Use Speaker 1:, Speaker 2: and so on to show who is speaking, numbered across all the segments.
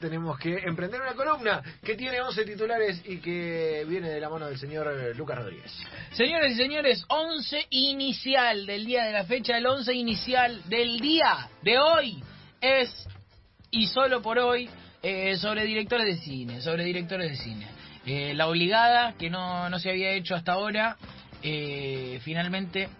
Speaker 1: Tenemos que emprender una columna que tiene 11 titulares y que viene de la mano del señor eh, Lucas Rodríguez.
Speaker 2: Señores y señores, 11 inicial del día de la fecha, el 11 inicial del día de hoy es, y solo por hoy, eh, sobre directores de cine, sobre directores de cine. Eh, la obligada, que no, no se había hecho hasta ahora, eh, finalmente,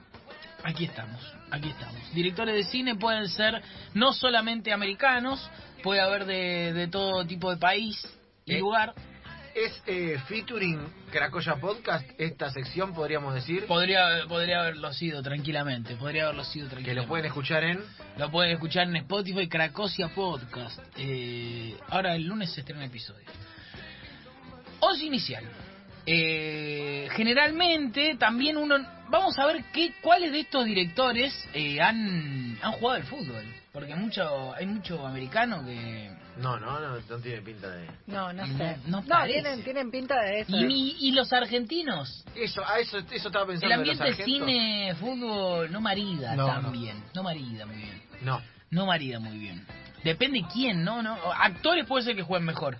Speaker 2: aquí estamos, aquí estamos. Directores de cine pueden ser no solamente americanos, puede haber de, de todo tipo de país y
Speaker 1: Eh,
Speaker 2: lugar.
Speaker 1: Es eh, featuring Cracoya Podcast, esta sección podríamos decir,
Speaker 2: Podría, podría haberlo sido tranquilamente, podría haberlo sido
Speaker 1: que
Speaker 2: tranquilamente.
Speaker 1: lo pueden escuchar en...
Speaker 2: Lo pueden escuchar en Spotify, Cracosia Podcast. Eh, ahora el lunes se estrena el episodio. Os inicial. Eh, generalmente también uno... Vamos a ver qué, cuáles de estos directores eh, han, han jugado al fútbol. Porque mucho, hay mucho americano que...
Speaker 1: No, no, no, no tiene pinta de...
Speaker 3: No, no
Speaker 2: No,
Speaker 3: sé.
Speaker 2: no
Speaker 3: No,
Speaker 2: parece.
Speaker 3: tienen, tienen pinta de eso.
Speaker 2: Y, y- y los argentinos.
Speaker 1: Eso, a eso, eso estaba
Speaker 2: El
Speaker 1: pensando. de los
Speaker 2: ambiente
Speaker 1: sargentos.
Speaker 2: cine, fútbol, no marida
Speaker 1: No, no.
Speaker 2: también. No marida muy bien.
Speaker 1: No,
Speaker 2: No marida muy bien. Depende quién, ¿no? no Actores puede ser que jueguen mejor.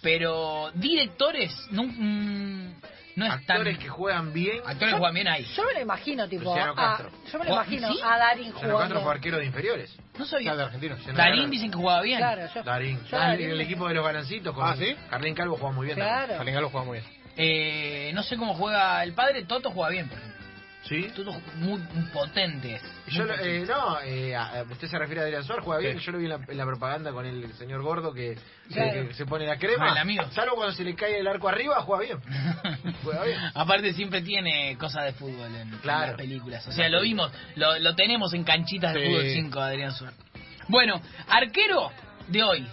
Speaker 2: Pero directores no, mm, no es tan...
Speaker 1: actores que juegan bien.
Speaker 2: Actores que juegan bien ahí.
Speaker 3: Yo me lo imagino, tipo.
Speaker 1: Luciano
Speaker 3: a-
Speaker 1: Castro.
Speaker 3: yo me lo
Speaker 2: Oh,
Speaker 3: imagino
Speaker 2: ¿sí?
Speaker 3: a Darín
Speaker 1: Luciano Castro fue
Speaker 3: jugando.
Speaker 1: arquero de inferiores.
Speaker 2: No sabía.
Speaker 4: Ah, de argentino.
Speaker 1: Luciano
Speaker 2: Darín
Speaker 1: Castro.
Speaker 2: dicen que jugaba bien.
Speaker 3: Claro, yo.
Speaker 1: Darín.
Speaker 3: yo
Speaker 1: Ah,
Speaker 3: Darín
Speaker 1: El
Speaker 3: le-
Speaker 1: equipo de los Galancitos con
Speaker 4: Ah, ¿sí?
Speaker 1: Carlín Calvo juega muy bien.
Speaker 3: Claro.
Speaker 4: Salinga lo juega muy bien.
Speaker 2: Eh, no sé cómo juega el padre. Toto juega bien, por ejemplo.
Speaker 1: ¿Sí?
Speaker 2: Toto ju- muy, muy potente.
Speaker 1: Yo
Speaker 2: Muy
Speaker 1: lo-
Speaker 2: potente.
Speaker 1: eh, no, eh, a- a- usted se refiere a Adrián Suárez, juega bien.
Speaker 4: Sí.
Speaker 1: Yo lo vi en la, en la propaganda con el, señor gordo que,
Speaker 3: Claro.
Speaker 1: que- que se pone la crema.
Speaker 2: Ah, el amigo.
Speaker 1: Salvo cuando se le cae el arco arriba, juega bien. Juega bien.
Speaker 2: Aparte siempre tiene cosas de fútbol en, en
Speaker 1: Claro.
Speaker 2: las películas. O sea, lo vimos, lo, lo tenemos en canchitas de
Speaker 4: Sí.
Speaker 2: fútbol 5, Adrián Suárez. Bueno, arquero de hoy.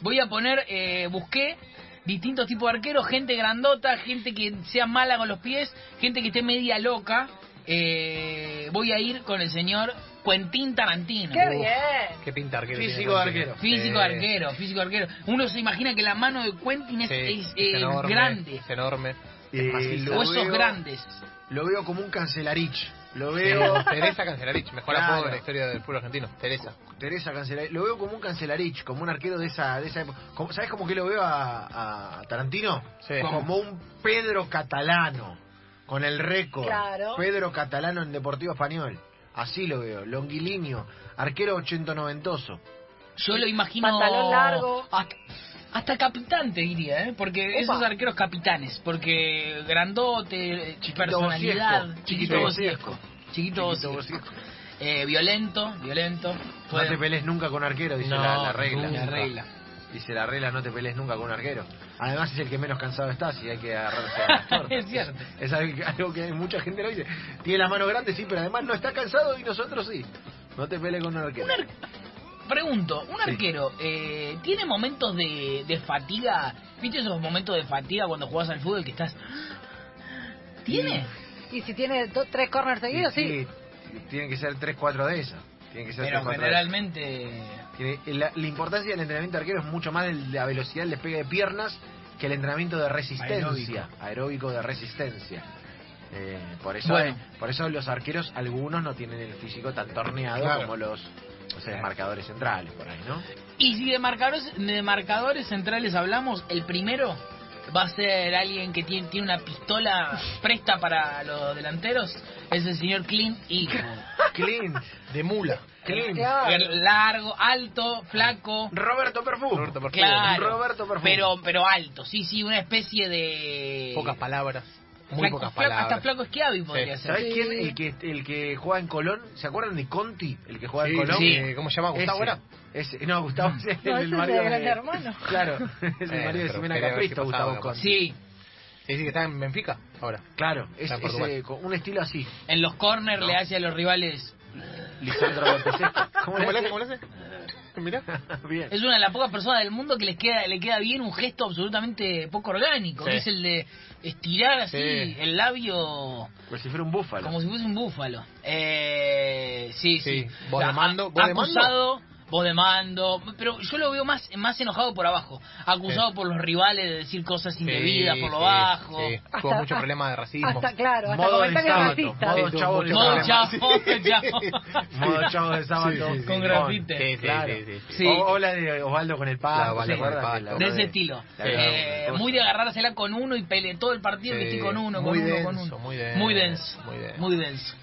Speaker 2: Voy a poner, eh, busqué distintos tipos de arqueros, gente grandota, gente que sea mala con los pies, gente que esté media loca. Eh, voy a ir con el señor Quentin Tarantino.
Speaker 3: ¡Qué bien!
Speaker 4: Qué pinta arquero.
Speaker 1: Físico
Speaker 4: tiene
Speaker 1: de
Speaker 4: Argentina.
Speaker 1: arquero.
Speaker 2: Físico
Speaker 4: Sí.
Speaker 2: arquero, físico arquero. Uno se imagina que la mano de Quentin es,
Speaker 4: Sí,
Speaker 2: es, eh,
Speaker 4: enorme,
Speaker 2: grande.
Speaker 4: Es enorme.
Speaker 1: Eh,
Speaker 4: Es macizo.
Speaker 1: lo
Speaker 2: Huesos
Speaker 1: veo-
Speaker 2: grandes.
Speaker 1: Lo veo como un cancelarich. Lo
Speaker 4: Sí,
Speaker 1: veo. eh,
Speaker 4: Teresa Cancelarich, mejor
Speaker 1: Claro.
Speaker 4: apodo de la historia del fútbol argentino. Teresa.
Speaker 1: Teresa Cancelarich. Lo veo como un cancelarich, como un arquero de esa, de esa época. Como- ¿Sabes cómo que lo veo a, a Tarantino?
Speaker 4: Sí.
Speaker 1: Como un Pedro Catalano. Con el récord.
Speaker 3: Claro.
Speaker 1: Pedro Catalano en Deportivo Español. Así lo veo. Longuilíneo. Arquero 80 noventoso.
Speaker 2: Yo lo imagino.
Speaker 3: Pantalón largo.
Speaker 2: Hasta, hasta capitán te diría, ¿eh? Porque esos arqueros capitanes. Porque grandote,
Speaker 1: Chiquito
Speaker 2: personalidad.
Speaker 1: Bosiesco.
Speaker 2: Chiquito
Speaker 1: Sí.
Speaker 2: bosiesco. Chiquito
Speaker 1: Chiquito
Speaker 2: bosiesco.
Speaker 1: Bosiesco.
Speaker 2: Eh, violento, violento.
Speaker 1: No
Speaker 2: Puede-
Speaker 1: te pelees nunca con arquero, dice
Speaker 4: No,
Speaker 1: la, la regla.
Speaker 2: la regla.
Speaker 1: Dice la regla, no te pelees nunca con un arquero. Además es el que menos cansado está, si hay que agarrarse a las tortas.
Speaker 2: Es cierto.
Speaker 1: Es algo que- algo que mucha gente lo dice. Tiene las manos grandes, sí, pero además no está cansado y nosotros sí. No te pelees con un arquero.
Speaker 2: Un ar- Pregunto, ¿un
Speaker 1: Sí.
Speaker 2: arquero eh, tiene momentos de, de fatiga? ¿Viste esos momentos de fatiga cuando jugás al fútbol que estás. ¿Tiene?
Speaker 3: Y si tiene dos, tres corners
Speaker 1: Y
Speaker 3: seguidos, sí.
Speaker 1: Tienen que ser 3-4 de esas. Tienen que ser 3-4
Speaker 2: Pero
Speaker 1: de
Speaker 2: generalmente.
Speaker 1: esas. Tiene- La, la importancia del entrenamiento de arquero es mucho más de la velocidad del despegue de piernas que el entrenamiento de resistencia. Aeróbico, de resistencia. Eh, por eso
Speaker 2: Bueno.
Speaker 1: por eso los arqueros, algunos no tienen el físico tan torneado
Speaker 4: Claro.
Speaker 1: como los o sea, marcadores centrales, por ahí, ¿no?
Speaker 2: Y si de marcadores, de marcadores centrales hablamos, el primero va a ser alguien que tiene, tiene una pistola presta para los delanteros, es el señor Clint Eastwood.
Speaker 1: Clint,
Speaker 4: De mula.
Speaker 1: Clint.
Speaker 3: Claro.
Speaker 2: El Largo, alto, flaco,
Speaker 1: Roberto Perfú.
Speaker 4: Roberto Perfumo.
Speaker 2: claro,
Speaker 1: Roberto Perfumo.
Speaker 2: pero pero alto, sí, sí, una especie de...
Speaker 4: Pocas palabras. Muy
Speaker 2: Flaco,
Speaker 4: pocas
Speaker 2: flaco,
Speaker 4: palabras.
Speaker 2: Hasta flaco esquiavi podría
Speaker 4: Sí.
Speaker 2: ser.
Speaker 1: ¿Sabés quién? El que, el que juega en Colón. ¿Se acuerdan de Conti? El que juega
Speaker 4: Sí,
Speaker 1: en Colón.
Speaker 4: sí, eh, ¿Cómo se llama? Gustavo
Speaker 1: Ese,
Speaker 4: era.
Speaker 1: ese- no, Gustavo es el,
Speaker 3: No, ese
Speaker 1: del
Speaker 3: es
Speaker 1: marido
Speaker 3: el gran
Speaker 1: de-
Speaker 3: hermano.
Speaker 1: Claro, es el
Speaker 4: Eh,
Speaker 1: marido de
Speaker 4: pero
Speaker 1: Ximena
Speaker 4: quería ver
Speaker 1: Capristo,
Speaker 4: qué pasaba,
Speaker 1: Gustavo
Speaker 4: capaz.
Speaker 1: Conti.
Speaker 2: Sí,
Speaker 4: Sí, sí, que está en Benfica ahora.
Speaker 1: Claro, es,
Speaker 4: Está en Portugal.
Speaker 1: ese- con un estilo así.
Speaker 2: en los corners le hace a los rivales...
Speaker 1: Lisandro López. ¿Cómo le
Speaker 4: ¿Cómo lo hace?
Speaker 1: hace?
Speaker 4: ¿Cómo lo hace? Mirá.
Speaker 1: Bien.
Speaker 2: Es una de las pocas personas del mundo que les queda, le queda bien un gesto absolutamente poco orgánico,
Speaker 4: Sí.
Speaker 2: que es el de estirar así
Speaker 4: Sí.
Speaker 2: el labio
Speaker 1: Pues si fuera un búfalo.
Speaker 2: como si fuese un búfalo. Eh, sí, sí.
Speaker 4: Sí. ¿Vos de mando?
Speaker 2: ha
Speaker 4: ¿Vos de mando?
Speaker 2: acusado voz de mando, pero yo lo veo más, más enojado por abajo, acusado
Speaker 4: Sí.
Speaker 2: por los rivales de decir cosas indebidas por lo
Speaker 4: sí,
Speaker 2: bajo.
Speaker 4: sí. Tuvo mucho problema de racismo.
Speaker 3: Hasta, claro, hasta
Speaker 1: Modo
Speaker 3: comentarios
Speaker 1: del
Speaker 3: racistas.
Speaker 1: sábado,
Speaker 4: Sí, tuvo
Speaker 1: chavo
Speaker 4: mucho
Speaker 2: Modo
Speaker 4: problema.
Speaker 2: chavo,
Speaker 4: Sí.
Speaker 2: chavo.
Speaker 1: Modo chavo de sábado
Speaker 4: Sí, sí,
Speaker 2: con
Speaker 4: sí.
Speaker 2: grafite.
Speaker 4: Sí, sí,
Speaker 1: Claro.
Speaker 4: sí, sí, sí.
Speaker 2: Sí.
Speaker 1: O, o la de Osvaldo con el
Speaker 4: La
Speaker 1: palo.
Speaker 4: Osvaldo con el palo.
Speaker 2: De ese estilo.
Speaker 1: La verdad,
Speaker 2: Eh,
Speaker 1: una cosa.
Speaker 2: muy de agarrársela con uno y pelear todo el partido que
Speaker 4: Sí,
Speaker 2: estoy con uno,
Speaker 4: muy
Speaker 2: con uno, con
Speaker 4: denso,
Speaker 2: uno.
Speaker 4: muy denso,
Speaker 2: Muy denso.
Speaker 4: muy denso.
Speaker 2: muy denso.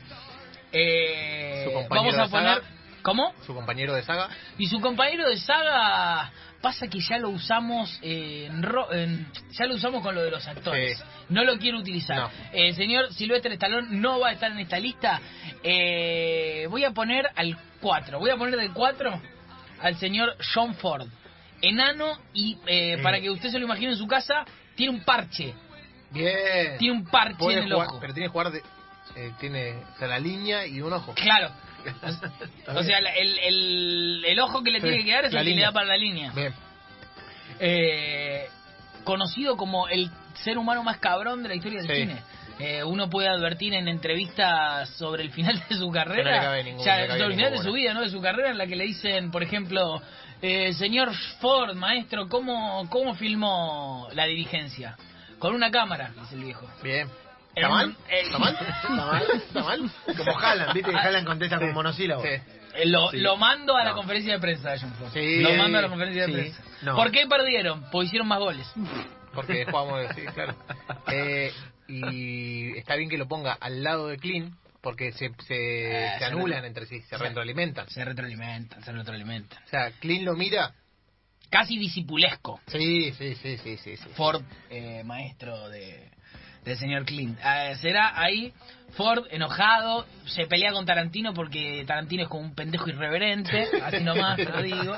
Speaker 2: Eh,
Speaker 4: Su compañero
Speaker 2: vamos a
Speaker 4: de saga.
Speaker 2: poner... ¿Cómo?
Speaker 4: Su compañero de saga.
Speaker 2: Y su compañero de saga pasa que ya lo usamos eh, en, ro- en- ya lo usamos con lo de los actores.
Speaker 4: Sí.
Speaker 2: No lo quiero utilizar.
Speaker 4: No.
Speaker 2: El señor Silvestre Estalón no va a estar en esta lista. Eh, voy a poner al 4. Voy a poner de 4 al señor John Ford. Enano y eh,
Speaker 1: Eh.
Speaker 2: para que usted se lo imagine en su casa, tiene un parche.
Speaker 4: Bien.
Speaker 2: Tiene un parche
Speaker 4: Puede
Speaker 2: en el
Speaker 4: jugar,
Speaker 2: ojo.
Speaker 4: Pero tiene que jugar de... eh, tiene o sea, la línea y un ojo.
Speaker 2: Claro. O sea, la- el, el- el ojo que le
Speaker 4: Sí,
Speaker 2: tiene que quedar es
Speaker 4: la
Speaker 2: el que le
Speaker 4: línea.
Speaker 2: da para la línea.
Speaker 4: Bien.
Speaker 2: Eh, conocido como el ser humano más cabrón de la historia del
Speaker 4: Sí.
Speaker 2: cine. Eh, uno puede advertir en entrevistas sobre el final de su
Speaker 4: No le
Speaker 2: carrera,
Speaker 4: cabe ningún-
Speaker 2: o sea,
Speaker 4: no le cabe
Speaker 2: sobre el final de
Speaker 4: ninguna.
Speaker 2: su vida, no de su carrera, en la que le dicen, por ejemplo, eh, señor Ford, maestro, ¿cómo, ¿cómo filmó la dirigencia? Con una cámara, dice el viejo.
Speaker 4: Bien.
Speaker 2: En
Speaker 4: ¿Está mal?
Speaker 2: un- eh,
Speaker 4: ¿Está mal? ¿Está mal? ¿Está mal?
Speaker 1: Como Haaland, viste
Speaker 2: Ah,
Speaker 1: que Haaland contesta con monosílabos.
Speaker 4: Sí.
Speaker 2: Eh, Lo,
Speaker 4: Sí.
Speaker 2: lo mando a la
Speaker 4: No.
Speaker 2: conferencia de prensa de John Ford.
Speaker 4: Sí.
Speaker 2: Lo mando a la conferencia de
Speaker 1: Sí.
Speaker 2: prensa.
Speaker 1: No.
Speaker 2: ¿Por qué perdieron? Porque hicieron más goles.
Speaker 4: Porque jugamos, sí, claro. Eh, y está bien que lo ponga al lado de Clean, porque se, se,
Speaker 2: Eh,
Speaker 4: se
Speaker 2: se
Speaker 4: anulan
Speaker 2: re-
Speaker 4: entre sí, se
Speaker 2: se-
Speaker 4: retroalimentan.
Speaker 2: Se retroalimentan, se retroalimentan.
Speaker 4: O sea, Clean lo mira.
Speaker 2: Casi disipulesco.
Speaker 4: Sí, sí, sí, sí, sí. sí.
Speaker 2: Ford, eh, maestro de, del señor Clint. Eh, será ahí Ford enojado, se pelea con Tarantino porque Tarantino es como un pendejo irreverente, así nomás te lo digo.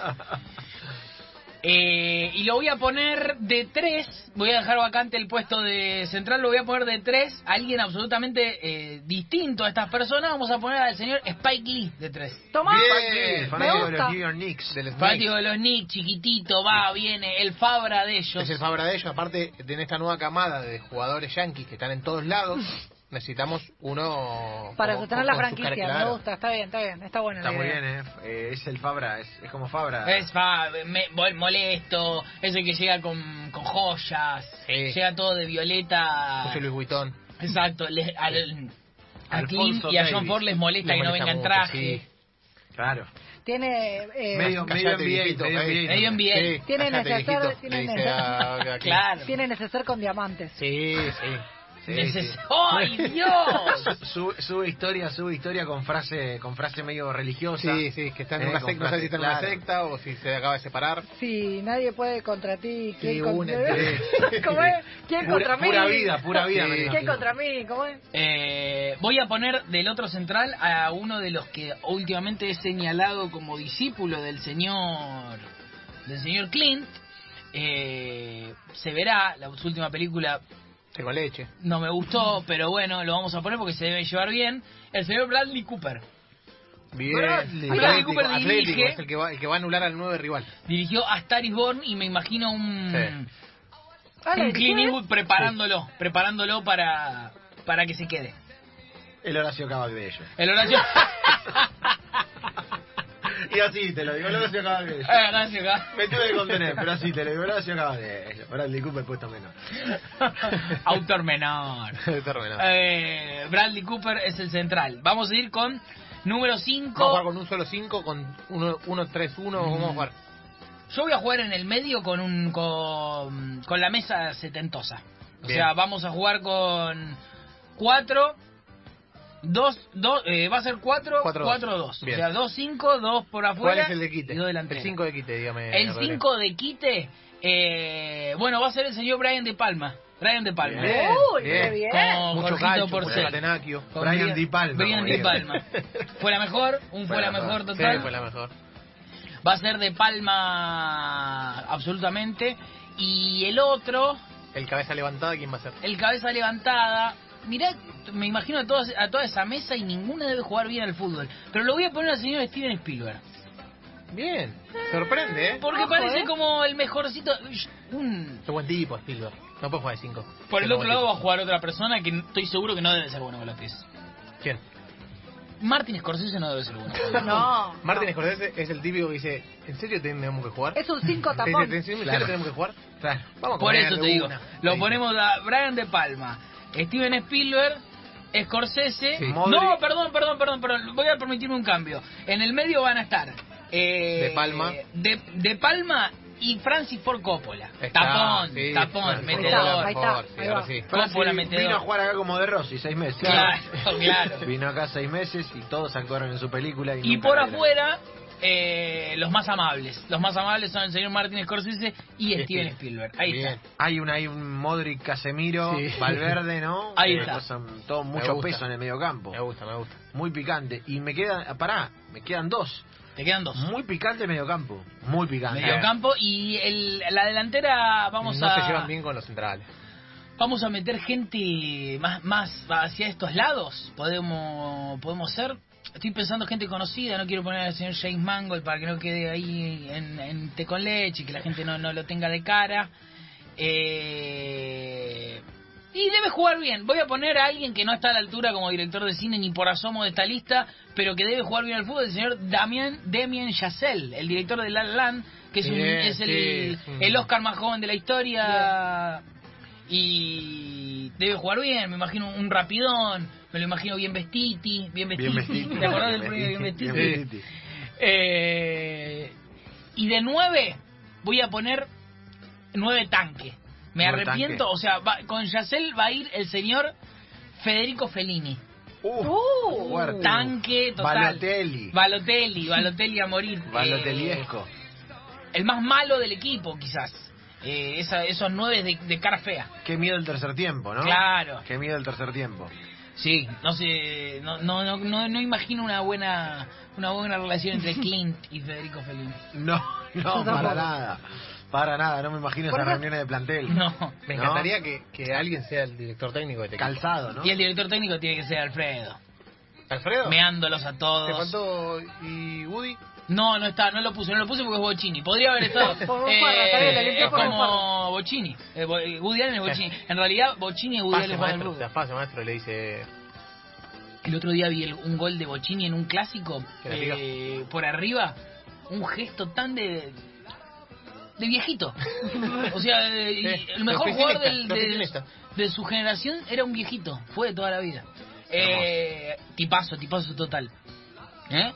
Speaker 2: Eh, y lo voy a poner de tres, voy a dejar vacante el puesto de central, lo voy a poner de tres, alguien absolutamente eh, distinto a estas personas, vamos a poner al señor Spike Lee de tres.
Speaker 3: Tomá,
Speaker 4: Bien,
Speaker 1: Bien, fanático de
Speaker 3: me
Speaker 1: los
Speaker 3: gusta.
Speaker 1: New York Knicks.
Speaker 4: Del Spike.
Speaker 2: Fanático de los Knicks, chiquitito, va, viene, el Fabra de ellos.
Speaker 4: Es el Fabra de ellos. Aparte, en esta nueva camada de jugadores yanquis que están en todos lados, necesitamos uno...
Speaker 3: Para
Speaker 4: como-
Speaker 3: sostener
Speaker 4: con
Speaker 3: la
Speaker 4: su cara
Speaker 3: franquicia,
Speaker 4: clara.
Speaker 3: me gusta, está bien, está bien, está bueno.
Speaker 1: Está muy bien, eh. Eh, Es el Fabra, es, es como Fabra.
Speaker 2: Es fa- me- vol- molesto, ese que llega con, con joyas,
Speaker 4: Sí.
Speaker 2: llega todo de violeta.
Speaker 4: José Luis Buitón.
Speaker 2: Exacto, les- al- a Clint
Speaker 1: Alfonso
Speaker 2: y a John
Speaker 1: Davis.
Speaker 2: Ford les molesta
Speaker 4: Les
Speaker 2: que no
Speaker 4: molesta
Speaker 2: venga en
Speaker 4: mucho,
Speaker 2: traje.
Speaker 1: Claro.
Speaker 3: Tiene,
Speaker 1: Medio,
Speaker 3: eh,
Speaker 1: medio
Speaker 4: Callate,
Speaker 1: NBA,
Speaker 4: viejito,
Speaker 1: medio
Speaker 4: ahí.
Speaker 1: NBA.
Speaker 2: Medio NBA. Bien.
Speaker 4: Sí,
Speaker 3: Tienen
Speaker 4: cállate,
Speaker 3: neceser-
Speaker 4: viejito,
Speaker 3: tienen
Speaker 4: le dice a- a Clean.
Speaker 2: Ah, Claro.
Speaker 3: tiene neceser con diamantes.
Speaker 4: Sí, sí.
Speaker 1: Sí,
Speaker 2: Ese-
Speaker 1: sí.
Speaker 2: ¡Ay, Dios!
Speaker 1: Su- sube historia, sube historia con frase, con frase medio religiosa.
Speaker 4: Sí, sí, que está en
Speaker 1: Eh,
Speaker 4: una
Speaker 1: con
Speaker 4: secta, no sé si está en una
Speaker 1: frase,
Speaker 4: secta o si se acaba de separar.
Speaker 3: Si nadie puede contra ti, ¿quién
Speaker 4: Sí,
Speaker 3: contra
Speaker 4: únete.
Speaker 3: ¿Cómo es? ¿Quién
Speaker 1: Pura-
Speaker 3: contra mí?
Speaker 1: pura vida, pura vida,
Speaker 4: me
Speaker 3: ¿Quién
Speaker 1: imagino.
Speaker 3: contra mí? ¿Cómo es?
Speaker 2: Eh, voy a poner del otro central a uno de los que últimamente es señalado como discípulo del señor del señor Clint. Eh, se verá, la su última película
Speaker 4: Se con leche.
Speaker 2: No me gustó, pero bueno, lo vamos a poner porque se debe llevar bien. El señor Bradley Cooper
Speaker 4: Bien.
Speaker 1: Bradley.
Speaker 2: Bradley Cooper
Speaker 4: Atlético,
Speaker 2: dirige.
Speaker 4: es el que, va, el que va a anular al nueve rival.
Speaker 2: dirigió a Star is Born y me imagino un,
Speaker 4: Sí.
Speaker 3: Ah, ¿la
Speaker 2: un Clint
Speaker 3: dirigió él?
Speaker 2: Eastwood preparándolo, preparándolo para, para que se quede.
Speaker 1: El Horacio Cabac de ellos.
Speaker 2: El Horacio.
Speaker 1: Y así te lo digo, el Horacio Cabac de
Speaker 2: Eh,
Speaker 1: ellos.
Speaker 2: Horacio acá.
Speaker 1: Me tuve que contener, pero así te lo digo, el Horacio Cabac de ellos. Bradley Cooper puesto menos.
Speaker 2: Autor menor.
Speaker 4: Terminado.
Speaker 2: Eh, Bradley Cooper es el central. Vamos a ir con número
Speaker 4: Vamos a jugar
Speaker 2: 5.
Speaker 4: con un solo 5, con 1-3-1, vamos a jugar.
Speaker 2: Yo voy a jugar en el medio con un con, con la mesa setentosa. O
Speaker 4: Bien.
Speaker 2: sea, vamos a jugar con 4, 2, 2, eh, va a ser 4,
Speaker 4: Cuatro,
Speaker 2: 4,
Speaker 4: dos.
Speaker 2: 2. O
Speaker 4: Bien.
Speaker 2: sea, 2, 5, 2 por afuera.
Speaker 4: ¿Cuál es el de quite?
Speaker 2: y dos delantera.
Speaker 4: el 5 de quite, dígame.
Speaker 2: El
Speaker 4: Rodríguez.
Speaker 2: 5 de quite, eh, bueno, va a ser el señor Brian de Palma. Brian de Palma.
Speaker 4: Bien,
Speaker 3: Uy, qué
Speaker 4: bien.
Speaker 3: bien.
Speaker 2: Como
Speaker 4: Mucho
Speaker 2: Jorgito
Speaker 4: calcio, por
Speaker 2: Porcel.
Speaker 4: Catenacchio.
Speaker 2: Con
Speaker 1: Brian
Speaker 2: Bri-
Speaker 1: Di Palma,
Speaker 2: Brian
Speaker 1: como
Speaker 2: Di
Speaker 1: digo.
Speaker 2: Palma. Fue la mejor, un fue,
Speaker 1: Fue
Speaker 2: la
Speaker 1: la
Speaker 2: mejor
Speaker 1: mejor.
Speaker 2: total.
Speaker 4: Sí, fue la mejor.
Speaker 2: Va a ser de Palma absolutamente. Y el otro,
Speaker 4: El cabeza levantada, ¿quién va a ser?
Speaker 2: el cabeza levantada. Mirá, me imagino a, todas, a toda esa mesa y ninguna debe jugar bien al fútbol. Pero lo voy a poner al señor Steven Spielberg.
Speaker 4: Bien. Sorprende, ¿eh?
Speaker 2: Porque
Speaker 3: Ojo,
Speaker 2: parece
Speaker 3: eh.
Speaker 2: como el mejorcito. Ush, un-
Speaker 4: Es buen tipo, Spielberg. No puede jugar de 5.
Speaker 2: Por el otro lado va a jugar otra persona que estoy seguro que no debe ser bueno con los pies.
Speaker 4: ¿Quién?
Speaker 2: Martin Scorsese no debe ser uno.
Speaker 3: No.
Speaker 4: Martin
Speaker 3: no.
Speaker 4: Scorsese es el típico que dice, ¿en serio tenemos que jugar?
Speaker 2: Ah.
Speaker 3: Es un cinco
Speaker 4: Te dice,
Speaker 3: tapón.
Speaker 4: ¿En serio
Speaker 1: Claro.
Speaker 4: tenemos que jugar?
Speaker 1: Claro.
Speaker 4: Vamos
Speaker 2: Por
Speaker 4: a comer
Speaker 2: eso te
Speaker 4: de
Speaker 2: digo,
Speaker 4: una.
Speaker 2: lo
Speaker 4: Sí.
Speaker 2: ponemos a Brian De Palma, Steven Spielberg, Scorsese.
Speaker 4: Sí.
Speaker 2: No,
Speaker 1: Modric.
Speaker 2: perdón, perdón, perdón, perdón, voy a permitirme un cambio. En el medio van a estar. eh,
Speaker 4: De Palma.
Speaker 2: De, De Palma y Francis Ford Coppola.
Speaker 4: Está,
Speaker 2: tapón,
Speaker 4: sí,
Speaker 2: tapón,
Speaker 4: Francis
Speaker 2: metedor.
Speaker 4: Coppola,
Speaker 3: Ahí
Speaker 4: por
Speaker 3: está,
Speaker 4: favor, sí,
Speaker 3: ahí
Speaker 4: ahora
Speaker 3: va.
Speaker 4: sí.
Speaker 2: Francis
Speaker 1: Francis
Speaker 2: metedor.
Speaker 1: vino a jugar acá como de Rossi, seis meses.
Speaker 2: Claro, claro.
Speaker 1: Vino acá seis meses y todos actuaron en su película. Y,
Speaker 2: Y
Speaker 1: nunca
Speaker 2: por
Speaker 1: la vieron.
Speaker 2: afuera, eh, los más amables. Los más amables son el señor Martin Scorsese y
Speaker 4: Sí,
Speaker 2: Steven
Speaker 4: sí.
Speaker 2: Spielberg. Ahí
Speaker 4: Bien.
Speaker 2: está.
Speaker 1: Hay, una, hay un Modric, Casemiro,
Speaker 4: Sí.
Speaker 1: Valverde, ¿no?
Speaker 2: Ahí
Speaker 1: Eh,
Speaker 2: está.
Speaker 1: cosas- todo
Speaker 4: Me
Speaker 1: mucho
Speaker 4: gusta.
Speaker 1: peso en el medio campo.
Speaker 4: Me gusta, me gusta.
Speaker 1: Muy picante. Y me quedan, pará, me quedan dos.
Speaker 2: Te quedan dos.
Speaker 1: Muy picante el medio campo. Muy picante.
Speaker 2: Medio campo y el- la delantera vamos
Speaker 4: Eh, no
Speaker 2: a
Speaker 4: se llevan bien con los centrales.
Speaker 2: vamos a meter gente más más hacia estos lados podemos podemos ser estoy pensando gente conocida no quiero poner al señor James Mangold para que no quede ahí en, en té con leche que la gente no, no lo tenga de cara Eh, y debe jugar bien voy a poner a alguien que no está a la altura como director de cine ni por asomo de esta lista pero que debe jugar bien al fútbol el señor Damien Damien Chazelle el director de La La Land que es, un-
Speaker 4: Bien,
Speaker 2: es el,
Speaker 4: sí, es un-
Speaker 2: el Oscar más joven de la historia y debe jugar bien, me imagino un rapidón, me lo imagino bien vestiti, bien vestiti,
Speaker 1: Bien vestido.
Speaker 2: ¿te acordás del premio bien vestiti?
Speaker 1: Bien
Speaker 4: Sí.
Speaker 1: vestido.
Speaker 2: Eh, y de nueve voy a poner nueve tanque. Me
Speaker 1: Nueve
Speaker 2: arrepiento,
Speaker 1: tanque.
Speaker 2: o sea, va- con Yacel va a ir el señor Federico Fellini.
Speaker 1: Uf,
Speaker 3: Uh,
Speaker 1: fuerte.
Speaker 2: Tanque total.
Speaker 1: Balotelli.
Speaker 2: Balotelli, Balotelli a morir. Eh,
Speaker 1: Balotelliesco.
Speaker 2: el más malo del equipo, quizás. Eh, esa- esos nueve de, de cara fea.
Speaker 1: Qué miedo el tercer tiempo, ¿no?
Speaker 2: Claro.
Speaker 1: Qué miedo el tercer tiempo.
Speaker 2: Sí, no sé, no, no, no, no, no imagino una buena una buena relación entre Clint y Federico Fellini.
Speaker 1: No, no,
Speaker 3: Yo
Speaker 1: para
Speaker 3: tampoco.
Speaker 1: nada. Para nada, no me imagino
Speaker 3: Por
Speaker 1: esas
Speaker 3: eso-
Speaker 1: reuniones de plantel.
Speaker 2: No.
Speaker 4: Me
Speaker 1: ¿No?
Speaker 4: encantaría que, que alguien sea el director técnico de este equipo.
Speaker 1: Calzado, ¿no?
Speaker 2: Y el director técnico tiene que ser Alfredo.
Speaker 4: ¿Alfredo?
Speaker 2: Meándolos a
Speaker 4: ¿Te
Speaker 2: todos.
Speaker 4: faltó y Woody?
Speaker 2: No, no está, no lo puse, no lo puse porque es Bochini. Podría haber estado. eh,
Speaker 3: Por un cuadro, está bien, lo limpió
Speaker 2: es
Speaker 3: por un
Speaker 2: como
Speaker 3: cuadro.
Speaker 2: Bochini. Eh, Bo- eh, Woody Allen es Bochini. En realidad, Bochini es Woody
Speaker 4: Pase,
Speaker 2: Allen para el
Speaker 4: maestro.
Speaker 2: Blue.
Speaker 4: La pase, maestro, le dice...
Speaker 2: El otro día vi el- un gol de Bochini en un clásico
Speaker 4: Que la diga.
Speaker 2: eh, por arriba, un gesto tan de de viejito. O sea, eh, y
Speaker 4: Sí,
Speaker 2: el mejor
Speaker 4: de
Speaker 2: jugador
Speaker 4: oficinista,
Speaker 2: del-
Speaker 4: de
Speaker 2: de,
Speaker 4: oficinista.
Speaker 2: de su generación era un viejito, fue de toda la vida. Eh, tipazo, tipazo total. ¿Eh?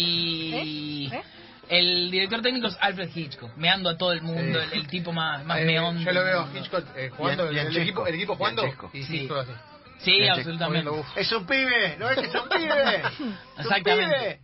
Speaker 2: Y
Speaker 3: ¿Eh? ¿Eh?
Speaker 2: el director técnico es Alfred Hitchcock, meando a todo el mundo,
Speaker 4: Sí.
Speaker 2: el, el tipo más, más
Speaker 4: Eh,
Speaker 2: meón.
Speaker 4: Yo lo
Speaker 2: del
Speaker 4: veo a
Speaker 2: mundo.
Speaker 4: Hitchcock eh, jugando,
Speaker 1: Y a- y a
Speaker 4: el,
Speaker 1: Chesco.
Speaker 4: equipo, el equipo
Speaker 1: Y a
Speaker 4: jugando
Speaker 1: Chesco.
Speaker 4: y
Speaker 2: Sí.
Speaker 4: todo así.
Speaker 2: Sí,
Speaker 1: Hitchcock,
Speaker 2: absolutamente.
Speaker 4: poniendo, uf,
Speaker 1: Es un pibe, ¿no es que es un pibe?
Speaker 2: Exactamente.
Speaker 1: Es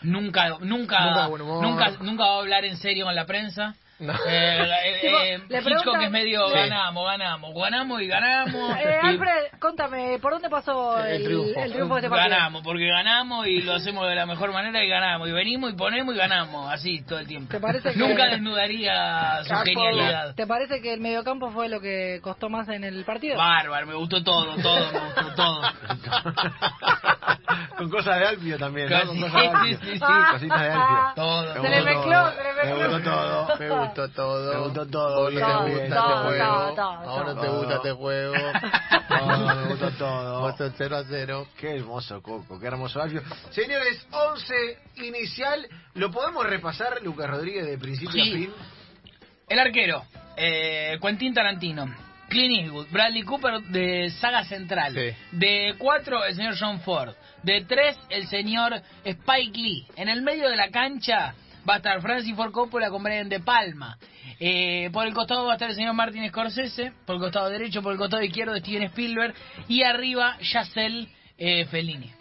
Speaker 2: Nunca, nunca,
Speaker 4: Nunca
Speaker 2: nunca,
Speaker 4: de buen humor.
Speaker 2: nunca, va a hablar en serio con la prensa.
Speaker 4: No.
Speaker 2: Eh, la- eh,
Speaker 3: Tipo,
Speaker 2: eh,
Speaker 3: le
Speaker 2: Hitchcock
Speaker 3: preguntan-
Speaker 2: es medio
Speaker 4: Sí.
Speaker 2: ganamos, ganamos, ganamos y ganamos.
Speaker 3: Eh, Alfred, contame, ¿por dónde pasó
Speaker 4: El
Speaker 3: el,
Speaker 4: triunfo.
Speaker 3: el triunfo de este partido?
Speaker 2: ganamos, porque ganamos y lo hacemos de la mejor manera y ganamos. Y venimos y ponemos y ganamos, así todo el tiempo.
Speaker 3: ¿Te parece que-
Speaker 2: Nunca desnudaría su
Speaker 1: Capo.
Speaker 2: genialidad.
Speaker 3: Eh, ¿Te parece que el mediocampo fue lo que costó más en el partido?
Speaker 2: Bárbaro, me gustó todo, todo, me gustó todo.
Speaker 1: un pibe. Con cosas de Alpio también, ¿no? Con
Speaker 2: Casi-
Speaker 1: cosas de Alpio.
Speaker 2: sí, sí, sí.
Speaker 1: Cositas de Alpio.
Speaker 2: Todo.
Speaker 1: Me
Speaker 3: Ah. Se le
Speaker 1: gustó
Speaker 3: mezcló,
Speaker 1: todo,
Speaker 3: se le
Speaker 1: Me
Speaker 3: mezcló.
Speaker 1: gustó todo.
Speaker 4: Me gustó todo.
Speaker 1: Me gustó todo, todo,
Speaker 4: Vos no te gusta
Speaker 1: todo,
Speaker 4: este juego.
Speaker 3: todo, todo,
Speaker 4: Ahora no te
Speaker 1: todo.
Speaker 4: gusta este juego.
Speaker 1: Todo, me gustó todo.
Speaker 4: Vos sos 0 a 0.
Speaker 1: Qué hermoso Coco, qué hermoso Alfio. Señores, 11 inicial. ¿Lo podemos repasar, Lucas Rodríguez, de principio
Speaker 2: Sí.
Speaker 1: a fin?
Speaker 2: El arquero, eh, Quentin Tarantino, Clint Eastwood, Bradley Cooper de saga central.
Speaker 4: Sí.
Speaker 2: De cuatro, el señor John Ford. De tres, el señor Spike Lee. En el medio de la cancha va a estar Francis Ford Coppola con Brian De Palma. Eh, por el costado va a estar el señor Martin Scorsese. Por el costado derecho, por el costado izquierdo, Steven Spielberg. Y arriba, Yacel eh, Fellini.